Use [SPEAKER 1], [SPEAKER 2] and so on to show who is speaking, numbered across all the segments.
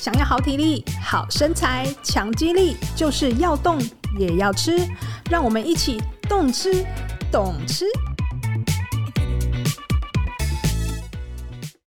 [SPEAKER 1] 想要好体力、好身材、强肌力，就是要动也要吃。让我们一起动吃、懂吃。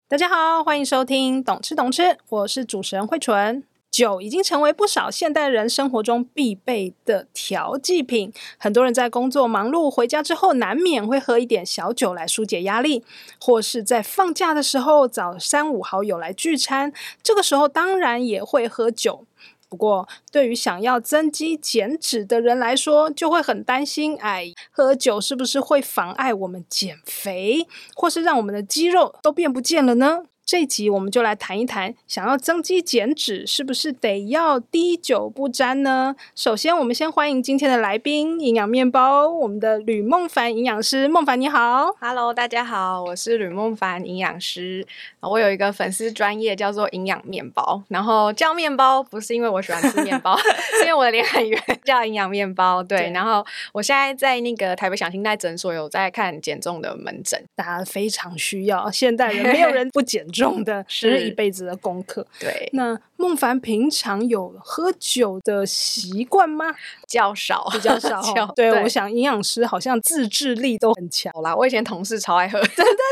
[SPEAKER 1] 大家好，欢迎收听《懂吃懂吃》，我是主持人慧纯。酒已经成为不少现代人生活中必备的调剂品，很多人在工作忙碌回家之后，难免会喝一点小酒来疏解压力，或是在放假的时候找三五好友来聚餐，这个时候当然也会喝酒。不过，对于想要增肌减脂的人来说，就会很担心，哎，喝酒是不是会妨碍我们减肥，或是让我们的肌肉都变不见了呢？这一集我们就来谈一谈，想要增肌减脂，是不是得要滴酒不沾呢？首先，我们先欢迎今天的来宾——营养面包，我们的吕梦凡营养师，梦凡你好。
[SPEAKER 2] Hello，大家好，我是吕梦凡营养师。我有一个粉丝专业叫做营养面包，然后叫面包不是因为我喜欢吃面包， 是因为我的脸很圆，叫营养面包。对，
[SPEAKER 1] 对
[SPEAKER 2] 然后我现在在那个台北小清代诊所有在看减重的门诊。
[SPEAKER 1] 大家非常需要，现代人没有人不减重 的，
[SPEAKER 2] 是
[SPEAKER 1] 这是一辈子的功课。
[SPEAKER 2] 对，
[SPEAKER 1] 那孟凡平常有喝酒的习惯 吗？
[SPEAKER 2] 较少，
[SPEAKER 1] 比较少
[SPEAKER 2] 嗯 较
[SPEAKER 1] 哦。对，我想营养师好像自制力都很 强。
[SPEAKER 2] 好啦，我以前同事超 爱喝，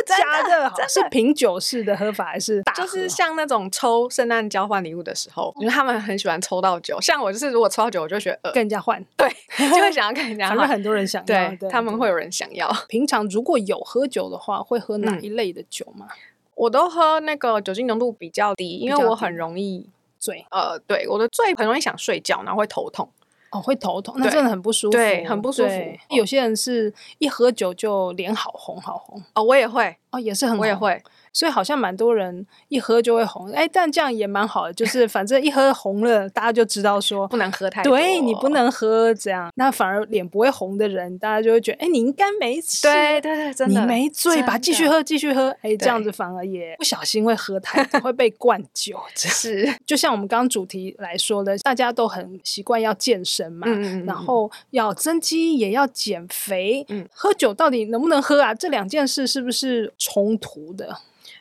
[SPEAKER 1] 假的，好是品酒式的喝法还是大喝？
[SPEAKER 2] 就是像那种抽圣诞交换礼物的时候，因为他们很喜欢抽到酒，像我就是如果抽到酒，我就会觉得呃，
[SPEAKER 1] 跟人家换，
[SPEAKER 2] 就会想要跟人家
[SPEAKER 1] 反正
[SPEAKER 2] 换。
[SPEAKER 1] 很多人想要。
[SPEAKER 2] 对，他们
[SPEAKER 1] 对
[SPEAKER 2] 会有人想要。
[SPEAKER 1] 平常如果有喝酒的话，会喝
[SPEAKER 2] 嗯
[SPEAKER 1] 哪一类的酒吗？
[SPEAKER 2] 我都喝那个酒精浓度比较低，因
[SPEAKER 1] 比
[SPEAKER 2] 为
[SPEAKER 1] 较
[SPEAKER 2] 我
[SPEAKER 1] 低
[SPEAKER 2] 很容易，
[SPEAKER 1] 醉
[SPEAKER 2] 呃，对，我的醉很容易想睡觉，然后会头痛。
[SPEAKER 1] 哦，会头痛，那
[SPEAKER 2] 对
[SPEAKER 1] 真的很不舒服，
[SPEAKER 2] 对很不舒服
[SPEAKER 1] 对有些人是一喝酒就脸好红，好红
[SPEAKER 2] 哦，我也会，
[SPEAKER 1] 哦，也是很
[SPEAKER 2] 我也
[SPEAKER 1] 红
[SPEAKER 2] 会，
[SPEAKER 1] 所以好像蛮多人一喝就会红，哎，但这样也蛮好的，就是反正一喝红了，大家就知道说，
[SPEAKER 2] 不能喝太多。
[SPEAKER 1] 对你不。能喝这样，那反而脸不会红的人，大家就会觉得，哎，你应该没事，啊
[SPEAKER 2] 对对对，真
[SPEAKER 1] 你
[SPEAKER 2] 的
[SPEAKER 1] 没醉吧？
[SPEAKER 2] 真
[SPEAKER 1] 继续
[SPEAKER 2] 的
[SPEAKER 1] 喝，继续喝，哎，这样子反而也不小心会喝太多，会被灌酒。这样
[SPEAKER 2] 哦是，
[SPEAKER 1] 就像我们刚刚主题来说的，大家都很习惯要健身嘛，
[SPEAKER 2] 嗯嗯嗯
[SPEAKER 1] 然
[SPEAKER 2] 嗯
[SPEAKER 1] 后要增肌也要减肥，
[SPEAKER 2] 嗯
[SPEAKER 1] 喝酒到底能不能喝啊？这两件事是不是冲突的？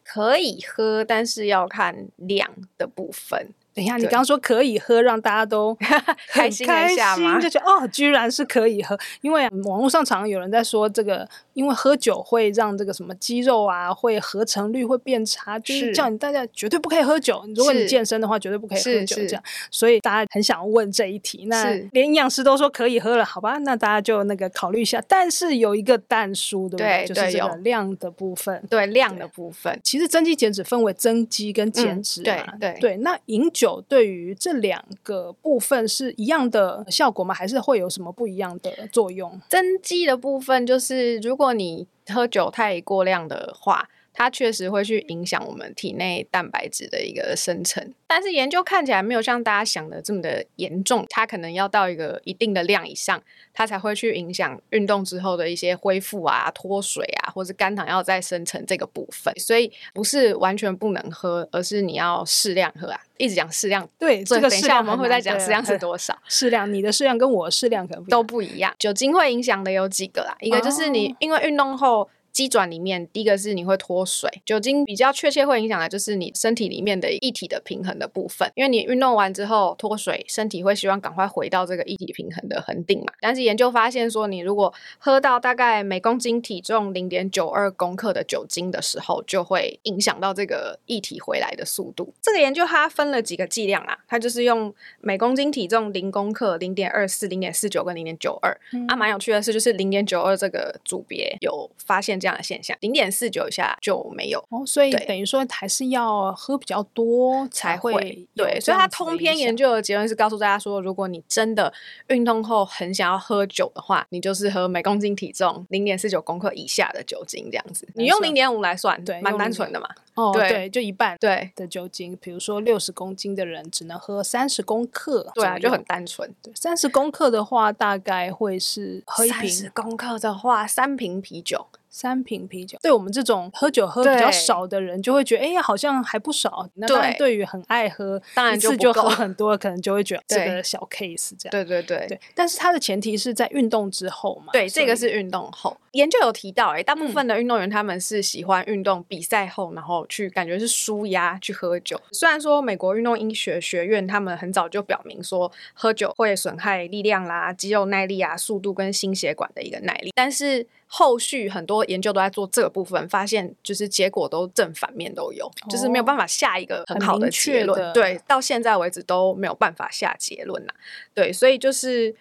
[SPEAKER 2] 可以喝，但是要看量的部分。
[SPEAKER 1] 等一下，你
[SPEAKER 2] 对
[SPEAKER 1] 刚刚说可以喝，让大家 都
[SPEAKER 2] 开
[SPEAKER 1] 很
[SPEAKER 2] 心
[SPEAKER 1] 开
[SPEAKER 2] 一下
[SPEAKER 1] 心
[SPEAKER 2] 吗
[SPEAKER 1] 就觉得哦，居然是可以喝。因为网络上常有人在说这个，因为喝酒会让这个什么肌肉啊，会合成率会变差，就是
[SPEAKER 2] 是
[SPEAKER 1] 叫你大家绝对不可以喝酒。如果你
[SPEAKER 2] 是
[SPEAKER 1] 健身的话，绝对不可以喝
[SPEAKER 2] 是
[SPEAKER 1] 酒。
[SPEAKER 2] 是
[SPEAKER 1] 这样，所以大家很想问这一题。那
[SPEAKER 2] 是
[SPEAKER 1] 连营养师都说可以喝了，好吧？那大家就那个考虑一下。但是有一个但书，对不
[SPEAKER 2] 对
[SPEAKER 1] 就是
[SPEAKER 2] 对
[SPEAKER 1] 这个
[SPEAKER 2] 有
[SPEAKER 1] 量的部分。
[SPEAKER 2] 对量的部分，
[SPEAKER 1] 其实增肌减脂分为增肌跟减脂嘛、
[SPEAKER 2] 嗯对对
[SPEAKER 1] 那饮酒对于这两个部分是一样的效果吗？还是会有什么不一样的作用？
[SPEAKER 2] 增肌的部分就是，如果你喝酒太过量的话，它确实会去影响我们体内蛋白质的一个生成。但是研究看起来没有像大家想的这么的严重，它可能要到一个一定的量以上，它才会去影响运动之后的一些恢复啊、脱水啊，或是肝糖要再生成这个部分。所以不是完全不能喝，而是你要适量喝啊。一直讲适量，
[SPEAKER 1] 对，这个
[SPEAKER 2] 等一
[SPEAKER 1] 适
[SPEAKER 2] 下
[SPEAKER 1] 量
[SPEAKER 2] 我们
[SPEAKER 1] 很
[SPEAKER 2] 会
[SPEAKER 1] 难
[SPEAKER 2] 再讲
[SPEAKER 1] 对啊
[SPEAKER 2] 适量是
[SPEAKER 1] 很
[SPEAKER 2] 多少。
[SPEAKER 1] 适量，你的适量跟我的适量可能不一样
[SPEAKER 2] 都不一样。酒精会影响的有几个啦，一个就是你、
[SPEAKER 1] 哦
[SPEAKER 2] 因为运动后。肌转里面，第一个是你会脱水，酒精比较确切会影响的就是你身体里面的液体的平衡的部分，因为你运动完之后脱水，身体会希望赶快回到这个液体平衡的恒定嘛。但是研究发现说，你如果喝到大概每公斤体重零点九二公克的酒精的时候，就会影响到这个液体回来的速度。这个研究它分了几个剂量啦，它就是用每公斤体重零公克、零点二四、零点四九跟零点九二。
[SPEAKER 1] 嗯
[SPEAKER 2] 啊，蛮有趣的是，就是零点九二这个组别有发现这样的现象，零点四九以下就没有。
[SPEAKER 1] 哦，所以
[SPEAKER 2] 对
[SPEAKER 1] 等于说还是要喝比较多
[SPEAKER 2] 才
[SPEAKER 1] 会
[SPEAKER 2] 会
[SPEAKER 1] 有
[SPEAKER 2] 对，
[SPEAKER 1] 这
[SPEAKER 2] 所以
[SPEAKER 1] 样
[SPEAKER 2] 他
[SPEAKER 1] 子的
[SPEAKER 2] 通篇
[SPEAKER 1] 影
[SPEAKER 2] 研
[SPEAKER 1] 响
[SPEAKER 2] 究的结论是告诉大家说，如果你真的运动后很想要喝酒的话，你就是喝每公斤体重零点四九公克以下的酒精这样子。你用
[SPEAKER 1] 没错
[SPEAKER 2] 零点五来算，
[SPEAKER 1] 对
[SPEAKER 2] 蛮
[SPEAKER 1] 用
[SPEAKER 2] 单
[SPEAKER 1] 0.5
[SPEAKER 2] 纯的嘛。
[SPEAKER 1] 哦，
[SPEAKER 2] 对
[SPEAKER 1] 对，就一半
[SPEAKER 2] 对
[SPEAKER 1] 的酒精，比如说六十公斤的人只能喝三十公克左右，
[SPEAKER 2] 对啊，就很单纯。
[SPEAKER 1] 三十公克的话，大概会是喝一
[SPEAKER 2] 三
[SPEAKER 1] 瓶
[SPEAKER 2] 十公克的话，三瓶啤酒
[SPEAKER 1] 三瓶啤酒，对我们这种喝酒喝比较少的人，就会觉得哎、呀好像还不少。那当然，
[SPEAKER 2] 对
[SPEAKER 1] 对于很爱喝，
[SPEAKER 2] 当然
[SPEAKER 1] 一
[SPEAKER 2] 就
[SPEAKER 1] 次
[SPEAKER 2] 不
[SPEAKER 1] 就
[SPEAKER 2] 够
[SPEAKER 1] 喝很多，可能就会觉得这
[SPEAKER 2] 对
[SPEAKER 1] 个小 case 这样。
[SPEAKER 2] 对对对。
[SPEAKER 1] 对，但是它的前提是在运动之后嘛。
[SPEAKER 2] 对，
[SPEAKER 1] 所
[SPEAKER 2] 这
[SPEAKER 1] 以
[SPEAKER 2] 个是运动后。研究有提到、欸，大部分的运动员他们是喜欢运动比赛后，然后去感觉是舒压去喝酒。虽然说美国运动医学学院他们很早就表明说，喝酒会损害力量啦、肌肉耐力啊、速度跟心血管的一个耐力，但是。后续很多研究都在做这个部分，发现就是结果都正反面都有，就是没有办法下一哦个很
[SPEAKER 1] 很
[SPEAKER 2] 好
[SPEAKER 1] 明
[SPEAKER 2] 的
[SPEAKER 1] 确
[SPEAKER 2] 结
[SPEAKER 1] 的
[SPEAKER 2] 论。对，到现在为止都没有办法下结论呐、对，所以就是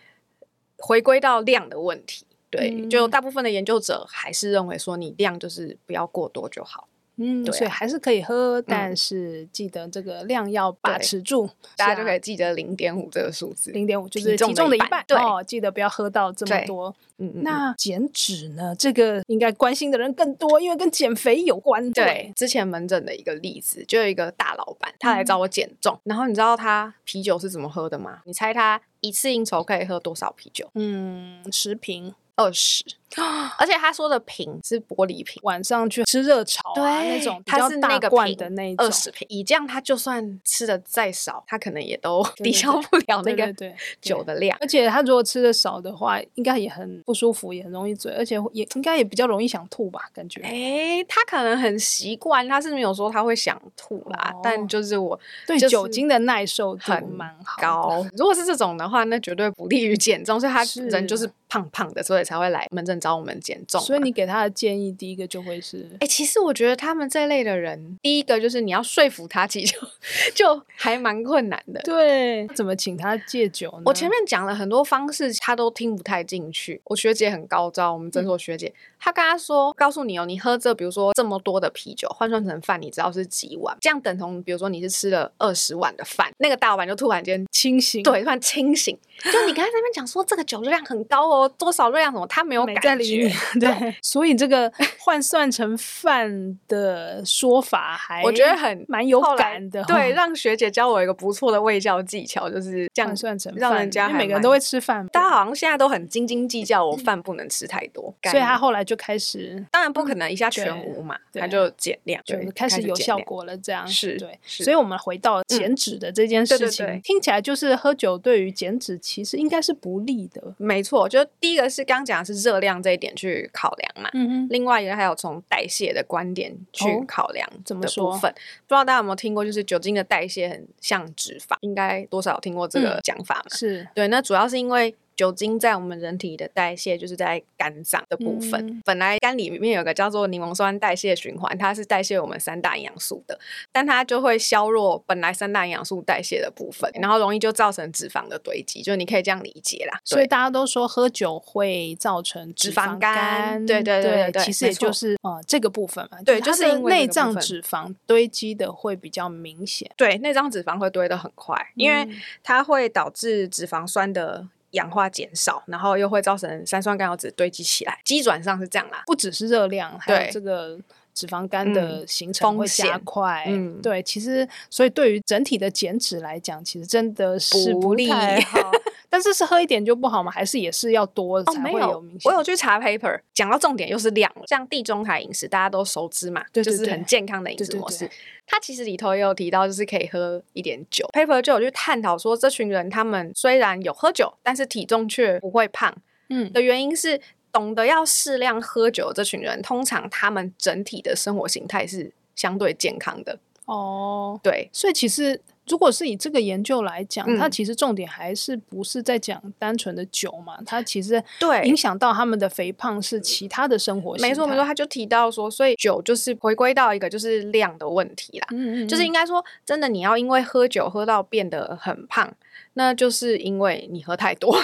[SPEAKER 2] 回归到量的问题。对，
[SPEAKER 1] 嗯
[SPEAKER 2] 就大部分的研究者还是认为说，你量就是不要过多就好。
[SPEAKER 1] 嗯，
[SPEAKER 2] 对啊嗯
[SPEAKER 1] 所以还是可以喝，但是记得这个量要把
[SPEAKER 2] 对
[SPEAKER 1] 持住，
[SPEAKER 2] 大家就可以记得零点五这个数字。
[SPEAKER 1] 啊零点五，就是
[SPEAKER 2] 体重
[SPEAKER 1] 体重的
[SPEAKER 2] 的
[SPEAKER 1] 一
[SPEAKER 2] 一
[SPEAKER 1] 半
[SPEAKER 2] 半对
[SPEAKER 1] 哦，记得不要喝到这么
[SPEAKER 2] 对
[SPEAKER 1] 多。
[SPEAKER 2] 嗯嗯，嗯
[SPEAKER 1] 那减脂呢？这个应该关心的人更多，因为跟减肥有关。
[SPEAKER 2] 对，之前门诊的一个例子，就有一个大老板，
[SPEAKER 1] 嗯
[SPEAKER 2] 他来找我减重，然后你知道他啤酒是怎么喝的吗？你猜他一次应酬可以喝多少啤酒？
[SPEAKER 1] 嗯，食品
[SPEAKER 2] 二十， 而且他说的瓶是玻璃瓶。
[SPEAKER 1] 晚上去吃热炒啊，那种比
[SPEAKER 2] 他
[SPEAKER 1] 较
[SPEAKER 2] 是
[SPEAKER 1] 大
[SPEAKER 2] 那个
[SPEAKER 1] 罐
[SPEAKER 2] 瓶
[SPEAKER 1] 的那一种
[SPEAKER 2] 二，十瓶，以这样他就算吃的再少，他可能也都
[SPEAKER 1] 对
[SPEAKER 2] 抵消不了那
[SPEAKER 1] 对对
[SPEAKER 2] 个
[SPEAKER 1] 对。
[SPEAKER 2] 酒的量。
[SPEAKER 1] 而且他如果吃的少的话，应该也很不舒服，也很容易醉，而且也应该也比较容易想吐吧，感觉。
[SPEAKER 2] 哎，他可能很习惯，他是没有说他会想吐啦，
[SPEAKER 1] 哦
[SPEAKER 2] 但就是我
[SPEAKER 1] 对
[SPEAKER 2] 就是
[SPEAKER 1] 酒精的耐受度
[SPEAKER 2] 很
[SPEAKER 1] 蛮好的。
[SPEAKER 2] 高，如果是这种的话，那绝对不利于减重，所以他
[SPEAKER 1] 是
[SPEAKER 2] 人就是胖胖的，所以才会来门诊找我们减重嘛。啊
[SPEAKER 1] 所以你给他的建议，第一个就会 是
[SPEAKER 2] 哎、其实我觉得他们这类的人，第一个就是你要说服他，其实就 就还蛮困难的。
[SPEAKER 1] 对，怎么请他戒酒呢？
[SPEAKER 2] 我前面讲了很多方式，他都听不太进去。我学姐很高招，我们
[SPEAKER 1] 嗯
[SPEAKER 2] 诊所学姐，她跟他说：“告诉你哦，你喝这，比如说这么多的啤酒，换算成饭，你知道是几碗？这样等同，比如说你是吃了二十碗的饭，那个大老板就突然间
[SPEAKER 1] 清醒，，
[SPEAKER 2] 对突然清醒，就你刚才在那边讲说这个酒热量很高哦，多少热量什么，他没有
[SPEAKER 1] 没在
[SPEAKER 2] 感
[SPEAKER 1] 理
[SPEAKER 2] 觉。
[SPEAKER 1] 你。对，所以这个换算成饭的说法还，
[SPEAKER 2] 我觉得很
[SPEAKER 1] 蛮有
[SPEAKER 2] 后来
[SPEAKER 1] 感的哦。
[SPEAKER 2] 对，让学姐教我一个不错的喂教技巧，就是这样
[SPEAKER 1] 换。算成
[SPEAKER 2] 让
[SPEAKER 1] 饭
[SPEAKER 2] 人家
[SPEAKER 1] 因为
[SPEAKER 2] 还
[SPEAKER 1] 每个人
[SPEAKER 2] 蛮
[SPEAKER 1] 都会吃饭嘛，
[SPEAKER 2] 大家好像现在都很斤斤计较，我饭不能吃太多，
[SPEAKER 1] 所以
[SPEAKER 2] 干
[SPEAKER 1] 他后来就开始
[SPEAKER 2] 当然不可能一下全无嘛，
[SPEAKER 1] 嗯对
[SPEAKER 2] 他就减量，
[SPEAKER 1] 就
[SPEAKER 2] 对
[SPEAKER 1] 开始有
[SPEAKER 2] 减
[SPEAKER 1] 效
[SPEAKER 2] 量。
[SPEAKER 1] 果了，这样
[SPEAKER 2] 是
[SPEAKER 1] 对。
[SPEAKER 2] 是嗯
[SPEAKER 1] 所以，我们回到减脂的这件
[SPEAKER 2] 对对
[SPEAKER 1] 事情，
[SPEAKER 2] 对
[SPEAKER 1] 听起来就是喝酒对于减脂其实应该是不利的。
[SPEAKER 2] 没错，就第一个是刚讲的是热量这一点去考量嘛，
[SPEAKER 1] 嗯哼，
[SPEAKER 2] 另外一个还有从代谢的观点去
[SPEAKER 1] 哦
[SPEAKER 2] 考量
[SPEAKER 1] 怎么
[SPEAKER 2] 的
[SPEAKER 1] 说
[SPEAKER 2] 部分。不知道大家有没有听过，就是酒精的代谢很像脂肪，应该多少有听过这个
[SPEAKER 1] 嗯
[SPEAKER 2] 讲法嘛？
[SPEAKER 1] 是
[SPEAKER 2] 对，那主要是因为酒精在我们人体的代谢，就是在肝脏的部分。
[SPEAKER 1] 嗯
[SPEAKER 2] 本来肝里面有个叫做柠檬酸代谢循环，它是代谢我们三大营养素的，但它就会削弱本来三大营养素代谢的部分，然后容易就造成脂肪的堆积。就你可以这样理解啦。
[SPEAKER 1] 所以
[SPEAKER 2] 对
[SPEAKER 1] 大家都说喝酒会造成
[SPEAKER 2] 脂
[SPEAKER 1] 肪
[SPEAKER 2] 肪肝对对对对对
[SPEAKER 1] 其实
[SPEAKER 2] 没
[SPEAKER 1] 也就
[SPEAKER 2] 错
[SPEAKER 1] 是呃这个部分嘛，
[SPEAKER 2] 对
[SPEAKER 1] 它
[SPEAKER 2] 就是
[SPEAKER 1] 的
[SPEAKER 2] 因为这
[SPEAKER 1] 内
[SPEAKER 2] 个部
[SPEAKER 1] 脏
[SPEAKER 2] 分
[SPEAKER 1] 脂肪堆积的会比较明显，
[SPEAKER 2] 对，内脏脂肪会堆得很快，因为
[SPEAKER 1] 嗯
[SPEAKER 2] 它会导致脂肪酸的。氧化减少，然后又会造成三酸甘油酯堆积起来，基转上是这样啦。
[SPEAKER 1] 不只是热量，还有
[SPEAKER 2] 对嗯
[SPEAKER 1] 这个脂肪肝的形成
[SPEAKER 2] 风
[SPEAKER 1] 会加
[SPEAKER 2] 险
[SPEAKER 1] 快。
[SPEAKER 2] 嗯
[SPEAKER 1] 对，其实所以对于整体的减脂来讲，其实真的是
[SPEAKER 2] 不
[SPEAKER 1] 不
[SPEAKER 2] 利
[SPEAKER 1] 太好。 但是是喝一点就不好吗？还是也是要多
[SPEAKER 2] 哦，
[SPEAKER 1] 才
[SPEAKER 2] 没
[SPEAKER 1] 会
[SPEAKER 2] 有
[SPEAKER 1] 明，显？
[SPEAKER 2] 我有去查 paper，讲到重点又是量了。像地中海饮食，大家都熟知嘛，
[SPEAKER 1] 对对
[SPEAKER 2] 就是
[SPEAKER 1] 对
[SPEAKER 2] 很健康的饮
[SPEAKER 1] 对
[SPEAKER 2] 食
[SPEAKER 1] 对
[SPEAKER 2] 模式。
[SPEAKER 1] 对
[SPEAKER 2] 它其实里头也有提到，就是可以喝一点酒。paper 就有去探讨说，这群人他们虽然有喝酒，但是体重却不会胖
[SPEAKER 1] 嗯，
[SPEAKER 2] 的原因是。懂得要适量喝酒，的这群人通常他们整体的生活形态是相对健康的，
[SPEAKER 1] 哦，
[SPEAKER 2] 对，
[SPEAKER 1] 所以其实如果是以这个研究来讲，
[SPEAKER 2] 嗯
[SPEAKER 1] 它其实重点还是不是在讲单纯的酒嘛？它其实
[SPEAKER 2] 对
[SPEAKER 1] 影响到他们的肥胖是其他的生活形态。
[SPEAKER 2] 没错没错，，他就提到说，所以酒就是回归到一个就是量的问题啦，
[SPEAKER 1] 嗯嗯，
[SPEAKER 2] 就是
[SPEAKER 1] 嗯
[SPEAKER 2] 应该说，真的你要因为喝酒喝到变得很胖，那就是因为你喝太 多。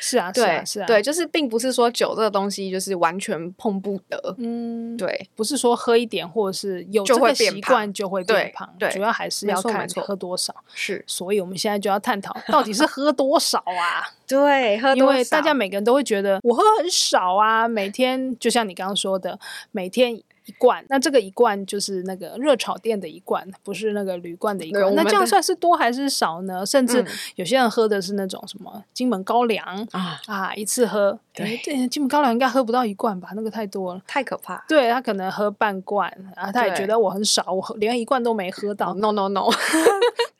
[SPEAKER 1] 是啊，是
[SPEAKER 2] 对、
[SPEAKER 1] 啊，是啊，
[SPEAKER 2] 对，，就是并不是说酒这个东西就是完全碰不得。
[SPEAKER 1] 嗯，
[SPEAKER 2] 对
[SPEAKER 1] 不是说喝一点或者是有
[SPEAKER 2] 就
[SPEAKER 1] 这
[SPEAKER 2] 会
[SPEAKER 1] 个
[SPEAKER 2] 变
[SPEAKER 1] 习
[SPEAKER 2] 胖
[SPEAKER 1] 惯就会变
[SPEAKER 2] 对
[SPEAKER 1] 胖，
[SPEAKER 2] 对
[SPEAKER 1] 主要还是
[SPEAKER 2] 没
[SPEAKER 1] 要
[SPEAKER 2] 错没
[SPEAKER 1] 看你
[SPEAKER 2] 错
[SPEAKER 1] 喝多少。
[SPEAKER 2] 是，
[SPEAKER 1] 所以我们现在就要探讨到底是喝多少啊？
[SPEAKER 2] 对， 喝
[SPEAKER 1] 因
[SPEAKER 2] 多
[SPEAKER 1] 为大
[SPEAKER 2] 少
[SPEAKER 1] 家每个人都会觉得我喝很少啊，每天就像你刚刚说的，每天一罐，那这个一罐就是那个热炒店的一罐，不是那个铝罐的一
[SPEAKER 2] 对
[SPEAKER 1] 罐
[SPEAKER 2] 我。
[SPEAKER 1] 那
[SPEAKER 2] 们
[SPEAKER 1] 这样
[SPEAKER 2] 的
[SPEAKER 1] 算是多还是少呢？甚至
[SPEAKER 2] 嗯
[SPEAKER 1] 有些人喝的是那种什么金门高粱
[SPEAKER 2] 啊，
[SPEAKER 1] 啊，一次喝。诶对，金门高粱应该喝不到一罐吧？那个太多了。
[SPEAKER 2] 太可怕了。
[SPEAKER 1] 对他可能喝半罐，然后他也
[SPEAKER 2] 对哦
[SPEAKER 1] 觉得我很少，我喝连一罐都没喝到。
[SPEAKER 2] no no no，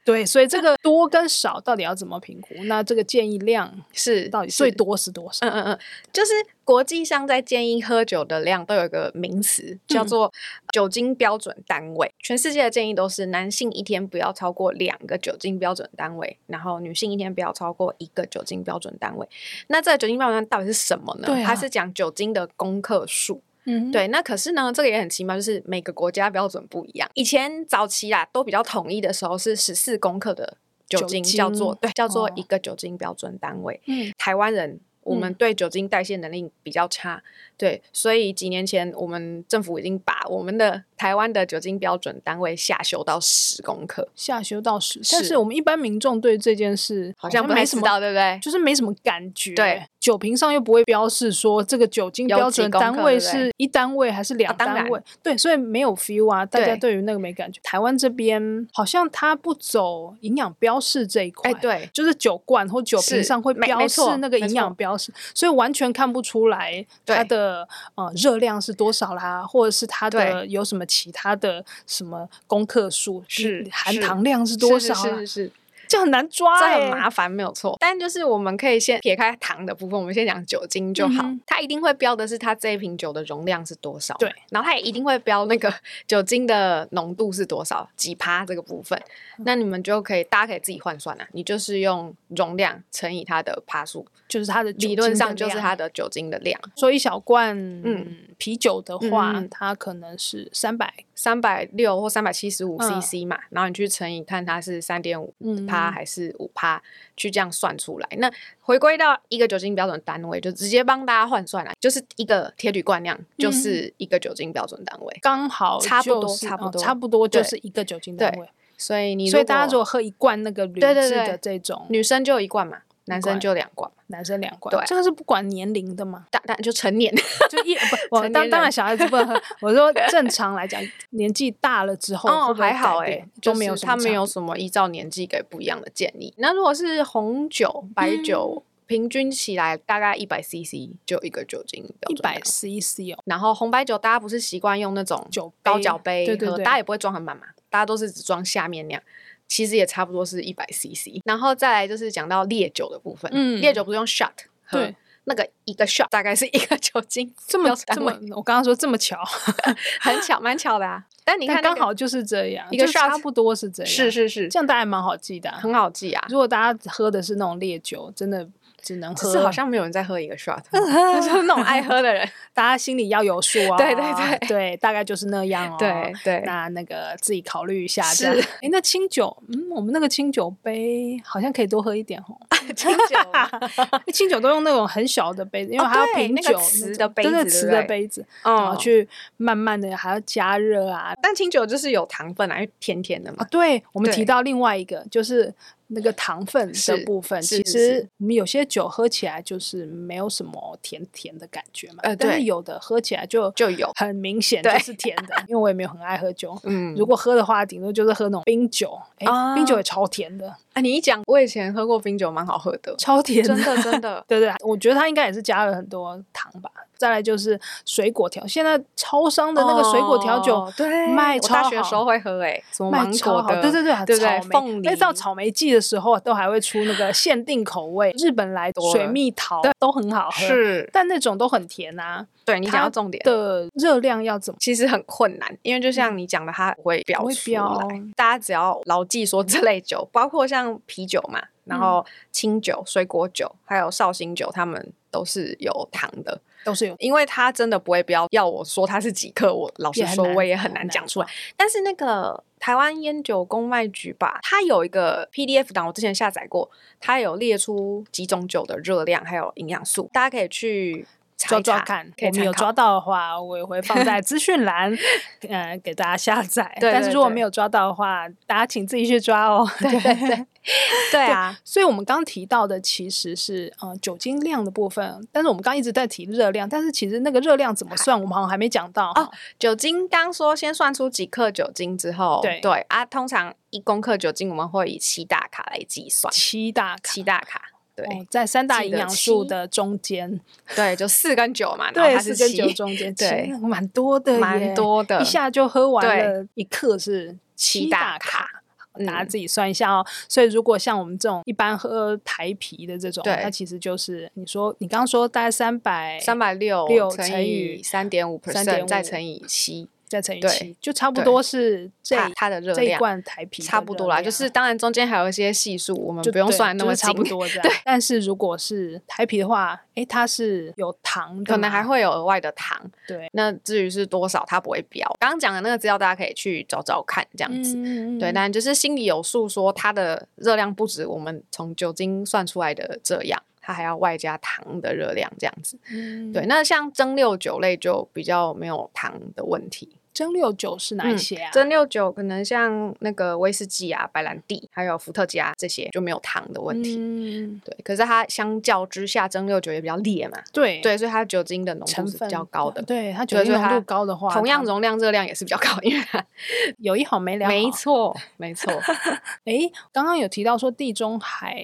[SPEAKER 1] 对，所以这个多跟少到底要怎么评估？那这个建议量
[SPEAKER 2] 是
[SPEAKER 1] 到底
[SPEAKER 2] 是
[SPEAKER 1] 最多是多少？
[SPEAKER 2] 嗯嗯嗯，就是国际上在建议喝酒的量都有一个名
[SPEAKER 1] 嗯
[SPEAKER 2] 词叫做酒精标准单位，全世界的建议都是男性一天不要超过两个酒精标准单位，然后女性一天不要超过一个酒精标准单位。那这个酒精标准单位到底是什么呢？
[SPEAKER 1] 对啊
[SPEAKER 2] 它是讲酒精的公克数。
[SPEAKER 1] 嗯，
[SPEAKER 2] 对，那可是呢，这个也很奇妙，就是每个国家标准不一样。以前早期啦，都比较统一的时候是十四公克的酒
[SPEAKER 1] 酒
[SPEAKER 2] 精，
[SPEAKER 1] 精
[SPEAKER 2] 叫做对，叫做
[SPEAKER 1] 哦
[SPEAKER 2] 一个酒精标准单位。
[SPEAKER 1] 嗯，
[SPEAKER 2] 台湾人。我们
[SPEAKER 1] 嗯
[SPEAKER 2] 对酒精代谢能力比较差，对，所以几年前我们政府已经把我们的台湾的酒精标准单位下修到十公克，
[SPEAKER 1] 下修到十，但
[SPEAKER 2] 是
[SPEAKER 1] 是我们一般民众对这件事
[SPEAKER 2] 好像不太
[SPEAKER 1] 没什
[SPEAKER 2] 知
[SPEAKER 1] 么
[SPEAKER 2] 道，对不对？
[SPEAKER 1] 就是没什么感觉。
[SPEAKER 2] 对，
[SPEAKER 1] 酒瓶上又不会标示说这个酒精
[SPEAKER 2] 有
[SPEAKER 1] 标
[SPEAKER 2] 几
[SPEAKER 1] 准
[SPEAKER 2] 公
[SPEAKER 1] 单
[SPEAKER 2] 克
[SPEAKER 1] 位
[SPEAKER 2] 对不对
[SPEAKER 1] 是一单位还是两
[SPEAKER 2] 啊当
[SPEAKER 1] 单
[SPEAKER 2] 然
[SPEAKER 1] 位？对，所以没有 feel 啊，大家
[SPEAKER 2] 对
[SPEAKER 1] 对于那个没感觉。台湾这边好像它不走营养标示这一块，
[SPEAKER 2] 哎，对，
[SPEAKER 1] 就是酒罐或酒瓶
[SPEAKER 2] 是
[SPEAKER 1] 上会
[SPEAKER 2] 没
[SPEAKER 1] 标
[SPEAKER 2] 没
[SPEAKER 1] 示
[SPEAKER 2] 错
[SPEAKER 1] 那个
[SPEAKER 2] 没
[SPEAKER 1] 营养
[SPEAKER 2] 错
[SPEAKER 1] 标示，所以完全看不出来它
[SPEAKER 2] 对
[SPEAKER 1] 的呃热量是多少啦，或者是它的有什么其他的什么功课数，
[SPEAKER 2] 是
[SPEAKER 1] 嗯含
[SPEAKER 2] 是
[SPEAKER 1] 糖量是多
[SPEAKER 2] 是
[SPEAKER 1] 少啊
[SPEAKER 2] 是
[SPEAKER 1] 啦
[SPEAKER 2] 是，是，
[SPEAKER 1] 这很难抓、
[SPEAKER 2] 这
[SPEAKER 1] 欸，
[SPEAKER 2] 很麻烦，没有错。但就是我们可以先撇开糖的部分，我们先讲酒精就好。
[SPEAKER 1] 嗯哼
[SPEAKER 2] 它一定会标的是它这一瓶酒的容量是多少，
[SPEAKER 1] 对。
[SPEAKER 2] 然后它也一定会标那个 酒精的浓度是多少，几趴这个部分。
[SPEAKER 1] 嗯
[SPEAKER 2] 那你们就可以，大家可以自己换算啦、啊你就是用容量乘以它的趴数，
[SPEAKER 1] 就是它的酒
[SPEAKER 2] 理论
[SPEAKER 1] 精的
[SPEAKER 2] 上就是
[SPEAKER 1] 量
[SPEAKER 2] 它的酒精的量，
[SPEAKER 1] 说一小罐
[SPEAKER 2] 嗯
[SPEAKER 1] 啤酒的话，
[SPEAKER 2] 嗯嗯
[SPEAKER 1] 它可能是三百
[SPEAKER 2] 三百六或三百七十五
[SPEAKER 1] 嗯
[SPEAKER 2] CC 嘛。然后你去乘以看它是三点五
[SPEAKER 1] 嗯
[SPEAKER 2] 趴还是五趴，去这样算出来。那回归到一个酒精标准单位，就直接帮大家换算了，就是一个铁铝罐
[SPEAKER 1] 嗯
[SPEAKER 2] 量就是一个酒精标准单位。
[SPEAKER 1] 刚好
[SPEAKER 2] 差不多
[SPEAKER 1] 就是
[SPEAKER 2] 差不
[SPEAKER 1] 哦
[SPEAKER 2] 多
[SPEAKER 1] 差不多就
[SPEAKER 2] 对
[SPEAKER 1] 是一个酒精
[SPEAKER 2] 对
[SPEAKER 1] 单位，
[SPEAKER 2] 所以你
[SPEAKER 1] 所以大家如
[SPEAKER 2] 就
[SPEAKER 1] 果喝一罐那个铝
[SPEAKER 2] 对对
[SPEAKER 1] 制
[SPEAKER 2] 对
[SPEAKER 1] 的这种，
[SPEAKER 2] 女生就一罐嘛，男
[SPEAKER 1] 罐
[SPEAKER 2] 生就两罐嘛，
[SPEAKER 1] 男生两罐，
[SPEAKER 2] 对
[SPEAKER 1] 这个是不管年龄的嘛。
[SPEAKER 2] 大大就成年
[SPEAKER 1] 就一不，我
[SPEAKER 2] 成
[SPEAKER 1] 当
[SPEAKER 2] 年
[SPEAKER 1] 当然
[SPEAKER 2] 人
[SPEAKER 1] 小孩子不 能喝。我说正常来讲，年纪大了之后会不会
[SPEAKER 2] 还好
[SPEAKER 1] 改
[SPEAKER 2] 哎、
[SPEAKER 1] 变
[SPEAKER 2] 就
[SPEAKER 1] 欸都没有
[SPEAKER 2] 是
[SPEAKER 1] 什么
[SPEAKER 2] 他
[SPEAKER 1] 差
[SPEAKER 2] 没有
[SPEAKER 1] 别
[SPEAKER 2] 什么依照年纪给不一样的建议。那如果是红酒、
[SPEAKER 1] 嗯
[SPEAKER 2] 白酒，平均起来大概一百 CC 就一个酒精标
[SPEAKER 1] 一
[SPEAKER 2] 准单位
[SPEAKER 1] 百 CC 哦，
[SPEAKER 2] 然后红白酒大家不是习惯用那种
[SPEAKER 1] 酒
[SPEAKER 2] 高
[SPEAKER 1] 杯
[SPEAKER 2] 脚杯喝，
[SPEAKER 1] 对对对
[SPEAKER 2] 大家也不会装很满嘛，大家都是只装下面那样。其实也差不多是一百 CC，然后再来就是讲到烈酒的部分，
[SPEAKER 1] 嗯
[SPEAKER 2] 烈酒不是用 shot 喝
[SPEAKER 1] 对，
[SPEAKER 2] 那个一个 shot 大概是一个酒精
[SPEAKER 1] 这么
[SPEAKER 2] 标准
[SPEAKER 1] 这
[SPEAKER 2] 单
[SPEAKER 1] 么
[SPEAKER 2] 位，，
[SPEAKER 1] 我刚刚说这么巧，
[SPEAKER 2] 很巧，蛮巧的啊。但你
[SPEAKER 1] 但
[SPEAKER 2] 看
[SPEAKER 1] 刚
[SPEAKER 2] 那个
[SPEAKER 1] 好就是这样，
[SPEAKER 2] 一个
[SPEAKER 1] 就
[SPEAKER 2] shot
[SPEAKER 1] 差不多是这样，
[SPEAKER 2] 是是是，
[SPEAKER 1] 这样大家还蛮好记的啊。
[SPEAKER 2] 很好记啊。
[SPEAKER 1] 如果大家喝的是那种烈酒，真的只能
[SPEAKER 2] 只
[SPEAKER 1] 喝，
[SPEAKER 2] 是 好像没有人在喝一个 shot，就是
[SPEAKER 1] 哦
[SPEAKER 2] 那种爱喝的人。
[SPEAKER 1] 大家心里要有数啊。
[SPEAKER 2] 对对
[SPEAKER 1] 对，大概就是那样哦。
[SPEAKER 2] 对对
[SPEAKER 1] 那那个自己考虑一下。
[SPEAKER 2] 是
[SPEAKER 1] 这样，哎，那清酒，嗯，我们那个清酒杯好像可以多喝一点哦。
[SPEAKER 2] 清酒，
[SPEAKER 1] 清酒都用那种很小的杯子，因为
[SPEAKER 2] 哦
[SPEAKER 1] 还要
[SPEAKER 2] 对
[SPEAKER 1] 品
[SPEAKER 2] 那
[SPEAKER 1] 酒
[SPEAKER 2] 个
[SPEAKER 1] 种、
[SPEAKER 2] 瓷的杯
[SPEAKER 1] 对对
[SPEAKER 2] 子
[SPEAKER 1] 瓷
[SPEAKER 2] 对不
[SPEAKER 1] 的
[SPEAKER 2] 对
[SPEAKER 1] 杯子，然后
[SPEAKER 2] 嗯，
[SPEAKER 1] 去慢慢的还要加热啊
[SPEAKER 2] 但清酒就是有糖分啊，因为甜甜的
[SPEAKER 1] 啊！
[SPEAKER 2] 嘛。
[SPEAKER 1] 对，我们
[SPEAKER 2] 对
[SPEAKER 1] 提到另外一个就是那个糖分的
[SPEAKER 2] 是
[SPEAKER 1] 部分，
[SPEAKER 2] 是
[SPEAKER 1] 其
[SPEAKER 2] 是
[SPEAKER 1] 实
[SPEAKER 2] 是
[SPEAKER 1] 我们有些酒喝起来就是没有什么甜甜的感觉嘛，
[SPEAKER 2] 呃
[SPEAKER 1] 但是
[SPEAKER 2] 对
[SPEAKER 1] 有的喝起来就
[SPEAKER 2] 就有
[SPEAKER 1] 很明显就
[SPEAKER 2] 对
[SPEAKER 1] 是甜 的，因为我也没有很爱喝酒。
[SPEAKER 2] 嗯
[SPEAKER 1] 如果喝的话，顶多就是喝那种冰酒，哎、
[SPEAKER 2] 啊
[SPEAKER 1] 冰酒也超甜的，
[SPEAKER 2] 啊，你一讲，我以前喝过冰酒，蛮好喝的，
[SPEAKER 1] 超甜。
[SPEAKER 2] 真的真的
[SPEAKER 1] 对对，我觉得它应该也是加了很多糖吧。再来就是水果调，现在超商的那个水果调酒
[SPEAKER 2] 哦对，
[SPEAKER 1] 卖
[SPEAKER 2] 我
[SPEAKER 1] 超
[SPEAKER 2] 大
[SPEAKER 1] 好
[SPEAKER 2] 学的时候会喝诶、什么
[SPEAKER 1] 卖
[SPEAKER 2] 芒
[SPEAKER 1] 超
[SPEAKER 2] 果
[SPEAKER 1] 好，
[SPEAKER 2] 的，
[SPEAKER 1] 对对对，
[SPEAKER 2] 对不对
[SPEAKER 1] 草？莓，
[SPEAKER 2] 凤梨
[SPEAKER 1] 那到草莓季的时候都还会出那个限定口味，日本来的
[SPEAKER 2] 多
[SPEAKER 1] 水
[SPEAKER 2] 了
[SPEAKER 1] 蜜桃都很好喝，
[SPEAKER 2] 是，
[SPEAKER 1] 但那种都很甜啊。
[SPEAKER 2] 对你
[SPEAKER 1] 它
[SPEAKER 2] 讲到重点，
[SPEAKER 1] 的热量要怎么？
[SPEAKER 2] 其实很困难，因为就像你讲的，它不会标
[SPEAKER 1] 不会
[SPEAKER 2] 出来，
[SPEAKER 1] 标
[SPEAKER 2] 大家只要牢记说这类酒，包括像啤酒嘛，
[SPEAKER 1] 嗯
[SPEAKER 2] 然后清酒、水果酒，还有绍兴酒，它们都是有糖的。
[SPEAKER 1] 都是有
[SPEAKER 2] 因为它真的不会标，要我说它是几克，我老实
[SPEAKER 1] 也很
[SPEAKER 2] 说
[SPEAKER 1] 难
[SPEAKER 2] 我也很
[SPEAKER 1] 很
[SPEAKER 2] 难
[SPEAKER 1] 难
[SPEAKER 2] 讲出来。但是那个台湾烟酒公卖局吧，它有一个 PDF 档，我之前下载过，它有列出几种酒的热量还有营养素，大家可以去查
[SPEAKER 1] 抓
[SPEAKER 2] 一
[SPEAKER 1] 抓
[SPEAKER 2] 查，
[SPEAKER 1] 看，
[SPEAKER 2] 可以
[SPEAKER 1] 我们
[SPEAKER 2] 参
[SPEAKER 1] 有
[SPEAKER 2] 考
[SPEAKER 1] 抓到的话，我也会放在资讯 栏，呃，给大家下载。
[SPEAKER 2] 对
[SPEAKER 1] 但是
[SPEAKER 2] 对
[SPEAKER 1] 如果
[SPEAKER 2] 对
[SPEAKER 1] 没有抓到的话，大家请自己去抓哦。对
[SPEAKER 2] 对对对啊，
[SPEAKER 1] 所以我们刚提到的其实是呃酒精量的部分，但是我们刚一直在提热量，但是其实那个热量怎么算，我们好像还没讲到
[SPEAKER 2] 哦。酒精刚说先算出几克酒精之后，
[SPEAKER 1] 对
[SPEAKER 2] 啊，通常一公克酒精我们会以七大卡来计算，
[SPEAKER 1] 七大卡
[SPEAKER 2] 七大卡。对、
[SPEAKER 1] 哦在三大
[SPEAKER 2] 记
[SPEAKER 1] 营
[SPEAKER 2] 得
[SPEAKER 1] 养素
[SPEAKER 2] 七
[SPEAKER 1] 的中间，
[SPEAKER 2] 对，就四跟九嘛，然后
[SPEAKER 1] 对，
[SPEAKER 2] 它
[SPEAKER 1] 四
[SPEAKER 2] 是
[SPEAKER 1] 跟
[SPEAKER 2] 七
[SPEAKER 1] 九中间，其实
[SPEAKER 2] 对
[SPEAKER 1] 那蛮多的耶，
[SPEAKER 2] 蛮多的，
[SPEAKER 1] 一下就喝完
[SPEAKER 2] 对
[SPEAKER 1] 了一克是七
[SPEAKER 2] 七
[SPEAKER 1] 大
[SPEAKER 2] 大
[SPEAKER 1] 卡。
[SPEAKER 2] 嗯
[SPEAKER 1] 大家自己算一下哦。所以，如果像我们这种一般喝台啤的这种，
[SPEAKER 2] 对
[SPEAKER 1] 它其实就是你说你刚刚说大概三百
[SPEAKER 2] 三百六
[SPEAKER 1] 六乘
[SPEAKER 2] 乘
[SPEAKER 1] 以
[SPEAKER 2] 以三点五
[SPEAKER 1] 3.5
[SPEAKER 2] percent，再乘以七，
[SPEAKER 1] 再乘以
[SPEAKER 2] 对
[SPEAKER 1] 七，就差不
[SPEAKER 2] 对
[SPEAKER 1] 多是这
[SPEAKER 2] 它它的热
[SPEAKER 1] 这一
[SPEAKER 2] 量
[SPEAKER 1] 罐台啤的
[SPEAKER 2] 差不多
[SPEAKER 1] 热
[SPEAKER 2] 啦。
[SPEAKER 1] 量啊
[SPEAKER 2] 就是当然中间还有一些系数，我们
[SPEAKER 1] 就
[SPEAKER 2] 不用
[SPEAKER 1] 对
[SPEAKER 2] 算那
[SPEAKER 1] 就
[SPEAKER 2] 么
[SPEAKER 1] 是差
[SPEAKER 2] 精
[SPEAKER 1] 不， 多这样。对，但是如果是台啤的话，诶，它是有糖的嘛，
[SPEAKER 2] 可能还会有额外的糖。
[SPEAKER 1] 对
[SPEAKER 2] 那至于是多少，它不会标。刚刚讲的那个资料，大家可以去找找看，这样子。
[SPEAKER 1] 嗯
[SPEAKER 2] 对，但就是心里有数，说它的热量不止我们从酒精算出来的这样，它还要外加糖的热量这样子。
[SPEAKER 1] 嗯
[SPEAKER 2] 对，那像蒸馏酒类就比较没有糖的问题。
[SPEAKER 1] 蒸馏酒是哪一
[SPEAKER 2] 嗯
[SPEAKER 1] 些啊？
[SPEAKER 2] 蒸馏酒可能像那个威士忌啊、白兰地，还有伏特加这些就没有糖的问题。
[SPEAKER 1] 嗯，
[SPEAKER 2] 对，可是它相较之下，蒸馏酒也比较烈嘛，
[SPEAKER 1] 对
[SPEAKER 2] 对，所以它酒精的浓
[SPEAKER 1] 成
[SPEAKER 2] 度是
[SPEAKER 1] 分
[SPEAKER 2] 比较高的。
[SPEAKER 1] 对它酒
[SPEAKER 2] 对
[SPEAKER 1] 精
[SPEAKER 2] 所以
[SPEAKER 1] 浓度
[SPEAKER 2] 它
[SPEAKER 1] 高的话，
[SPEAKER 2] 同样
[SPEAKER 1] 它
[SPEAKER 2] 容量、热量也是比较高，因为它
[SPEAKER 1] 有一好没两好。
[SPEAKER 2] 没错，没 错，
[SPEAKER 1] 诶，刚刚有提到说地中海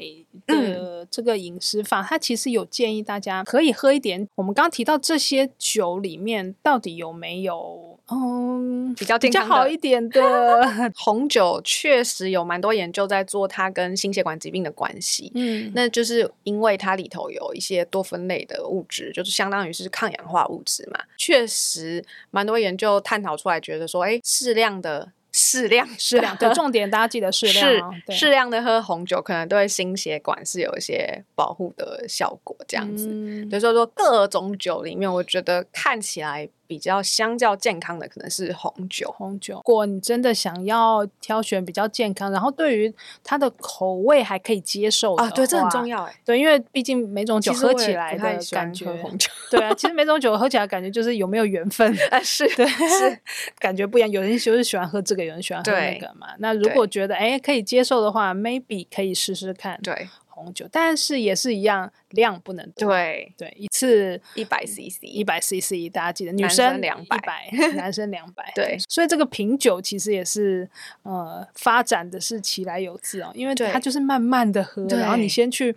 [SPEAKER 2] 嗯
[SPEAKER 1] 的这个饮食法，它其实有建议大家可以喝一点。我们刚刚提到这些酒里面到底有没有嗯
[SPEAKER 2] 比较
[SPEAKER 1] 比
[SPEAKER 2] 健
[SPEAKER 1] 较
[SPEAKER 2] 康的
[SPEAKER 1] 好一点的？
[SPEAKER 2] 红酒确实有蛮多研究在做它跟心血管疾病的关系。
[SPEAKER 1] 嗯，
[SPEAKER 2] 那就是因为它里头有一些多酚类的物质，就是相当于是抗氧化物质嘛。确实，蛮多研究探讨出来，觉得说，哎，适量的、适量、
[SPEAKER 1] 适量对，重点大家记得适量哦、对
[SPEAKER 2] 适量的喝红酒，可能对心血管是有一些保护的效果，这样子。
[SPEAKER 1] 嗯
[SPEAKER 2] 所以说，说各种酒里面，我觉得看起来比较相较健康的，可能是红酒。
[SPEAKER 1] 红酒。如果你真的想要挑选比较健康，然后对于它的口味还可以接受的
[SPEAKER 2] 啊，对，这很
[SPEAKER 1] 话
[SPEAKER 2] 重。要哎。
[SPEAKER 1] 对，因为毕竟每种酒
[SPEAKER 2] 其实
[SPEAKER 1] 喝
[SPEAKER 2] 我
[SPEAKER 1] 起
[SPEAKER 2] 也
[SPEAKER 1] 来
[SPEAKER 2] 不太
[SPEAKER 1] 的
[SPEAKER 2] 喜欢
[SPEAKER 1] 感觉，
[SPEAKER 2] 喝红酒，
[SPEAKER 1] 对啊，其实每种酒喝起来感觉就是有没有缘分，
[SPEAKER 2] 啊是
[SPEAKER 1] 对，
[SPEAKER 2] 是
[SPEAKER 1] 感觉不一样。有人就是喜欢喝这个，有人喜欢喝那
[SPEAKER 2] 对
[SPEAKER 1] 个嘛。那如果觉得哎可以接受的话，maybe 可以试试看
[SPEAKER 2] 对
[SPEAKER 1] 红酒，但是也是一样，量不能多。
[SPEAKER 2] 对，
[SPEAKER 1] 对，一次
[SPEAKER 2] 一百 CC
[SPEAKER 1] 一百 CC，大家记得，女
[SPEAKER 2] 男
[SPEAKER 1] 生
[SPEAKER 2] 生200
[SPEAKER 1] 百， 男生两百。
[SPEAKER 2] 对
[SPEAKER 1] 所以这个品酒其实也是呃发展的是其来有自哦，因为
[SPEAKER 2] 对
[SPEAKER 1] 它就是慢慢的喝，
[SPEAKER 2] 对
[SPEAKER 1] 然后你先去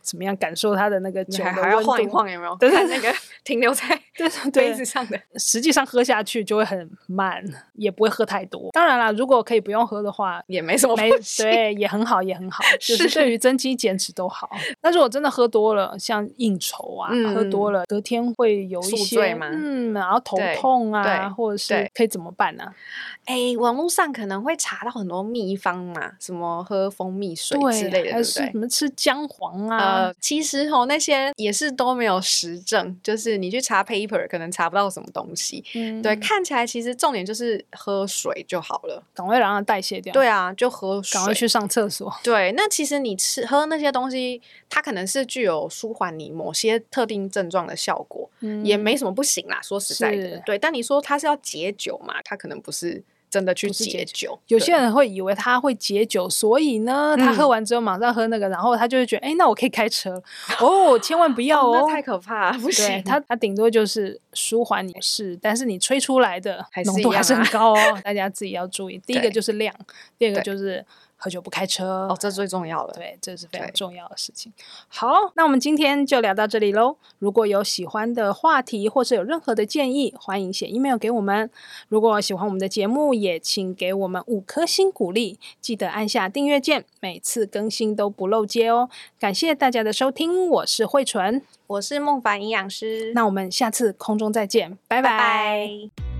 [SPEAKER 1] 怎么样感受它的那个
[SPEAKER 2] 你
[SPEAKER 1] 酒
[SPEAKER 2] 还
[SPEAKER 1] 的
[SPEAKER 2] 还要
[SPEAKER 1] 温度
[SPEAKER 2] 晃一，晃，有没 有？
[SPEAKER 1] 对对
[SPEAKER 2] 看那个停留在
[SPEAKER 1] 对对
[SPEAKER 2] 杯
[SPEAKER 1] 对
[SPEAKER 2] 子，上的，
[SPEAKER 1] 实际上喝下去就会很慢，也不会喝太多。当然啦，如果可以不用喝的话。
[SPEAKER 2] 也没什么
[SPEAKER 1] 没
[SPEAKER 2] 关系。
[SPEAKER 1] 对，也很好，也很 好，就是
[SPEAKER 2] 哦是
[SPEAKER 1] 对于增肌减脂都好。但是我真的喝多了，像应酬啊，
[SPEAKER 2] 嗯
[SPEAKER 1] 喝多了隔天会有一
[SPEAKER 2] 宿
[SPEAKER 1] 些
[SPEAKER 2] 醉吗
[SPEAKER 1] 嗯，然后头
[SPEAKER 2] 对
[SPEAKER 1] 痛啊，
[SPEAKER 2] 对
[SPEAKER 1] 或者是
[SPEAKER 2] 对
[SPEAKER 1] 可以怎么办呢、
[SPEAKER 2] 哎，网络上可能会查到很多秘方嘛，什么喝蜂蜜水
[SPEAKER 1] 对，
[SPEAKER 2] 之类的，对
[SPEAKER 1] 还
[SPEAKER 2] 不
[SPEAKER 1] 是
[SPEAKER 2] 对
[SPEAKER 1] 什？么吃姜黄啊？
[SPEAKER 2] 呃，其实吼那些也是都没有实证，就是你去查 paper 可能查不到什么东西。
[SPEAKER 1] 嗯
[SPEAKER 2] 对，看起来其实重点就是喝水就好了。
[SPEAKER 1] 赶快让它代谢掉，，
[SPEAKER 2] 对啊，就喝水
[SPEAKER 1] 赶。快去上厕所。
[SPEAKER 2] 对，那其实你吃喝那些东西，它可能是具有舒缓你某些特定症状的效果，也
[SPEAKER 1] 嗯
[SPEAKER 2] 没什么不行啦。说实在的
[SPEAKER 1] 是，
[SPEAKER 2] 对。但你说它是要解酒嘛，它可能不是真的去
[SPEAKER 1] 不是解
[SPEAKER 2] 解酒。
[SPEAKER 1] 有
[SPEAKER 2] 对哦
[SPEAKER 1] 些人会以为他会解酒，所以呢，他
[SPEAKER 2] 嗯
[SPEAKER 1] 喝完之后马上喝那个，然后他就会觉得，哎，那我可以开 车了。哦，千万不要
[SPEAKER 2] 哦，
[SPEAKER 1] 哦
[SPEAKER 2] 那。太可 怕了，不
[SPEAKER 1] 对
[SPEAKER 2] 行。
[SPEAKER 1] 他，他顶多就是舒缓你不适，但是你吹出来的
[SPEAKER 2] 还是
[SPEAKER 1] 浓度
[SPEAKER 2] 一
[SPEAKER 1] 还
[SPEAKER 2] 样
[SPEAKER 1] 是很
[SPEAKER 2] 啊
[SPEAKER 1] 高哦，大家自己要注意。第一个
[SPEAKER 2] 对
[SPEAKER 1] 就是量，第二个
[SPEAKER 2] 对
[SPEAKER 1] 就是喝酒不开车。
[SPEAKER 2] 哦，这最重要了。
[SPEAKER 1] 对，这是非常
[SPEAKER 2] 对
[SPEAKER 1] 重要的事情。好，那我们今天就聊到这里喽。如果有喜欢的话题，或是有任何的建议，欢迎写 email 给我们。如果喜欢我们的节目，也请给我们五颗星鼓励，记得按下订阅键，每次更新都不漏接哦。感谢大家的收听，我是慧纯，
[SPEAKER 2] 我是孟凡营养师，
[SPEAKER 1] 那我们下次空中再见，拜
[SPEAKER 2] 拜拜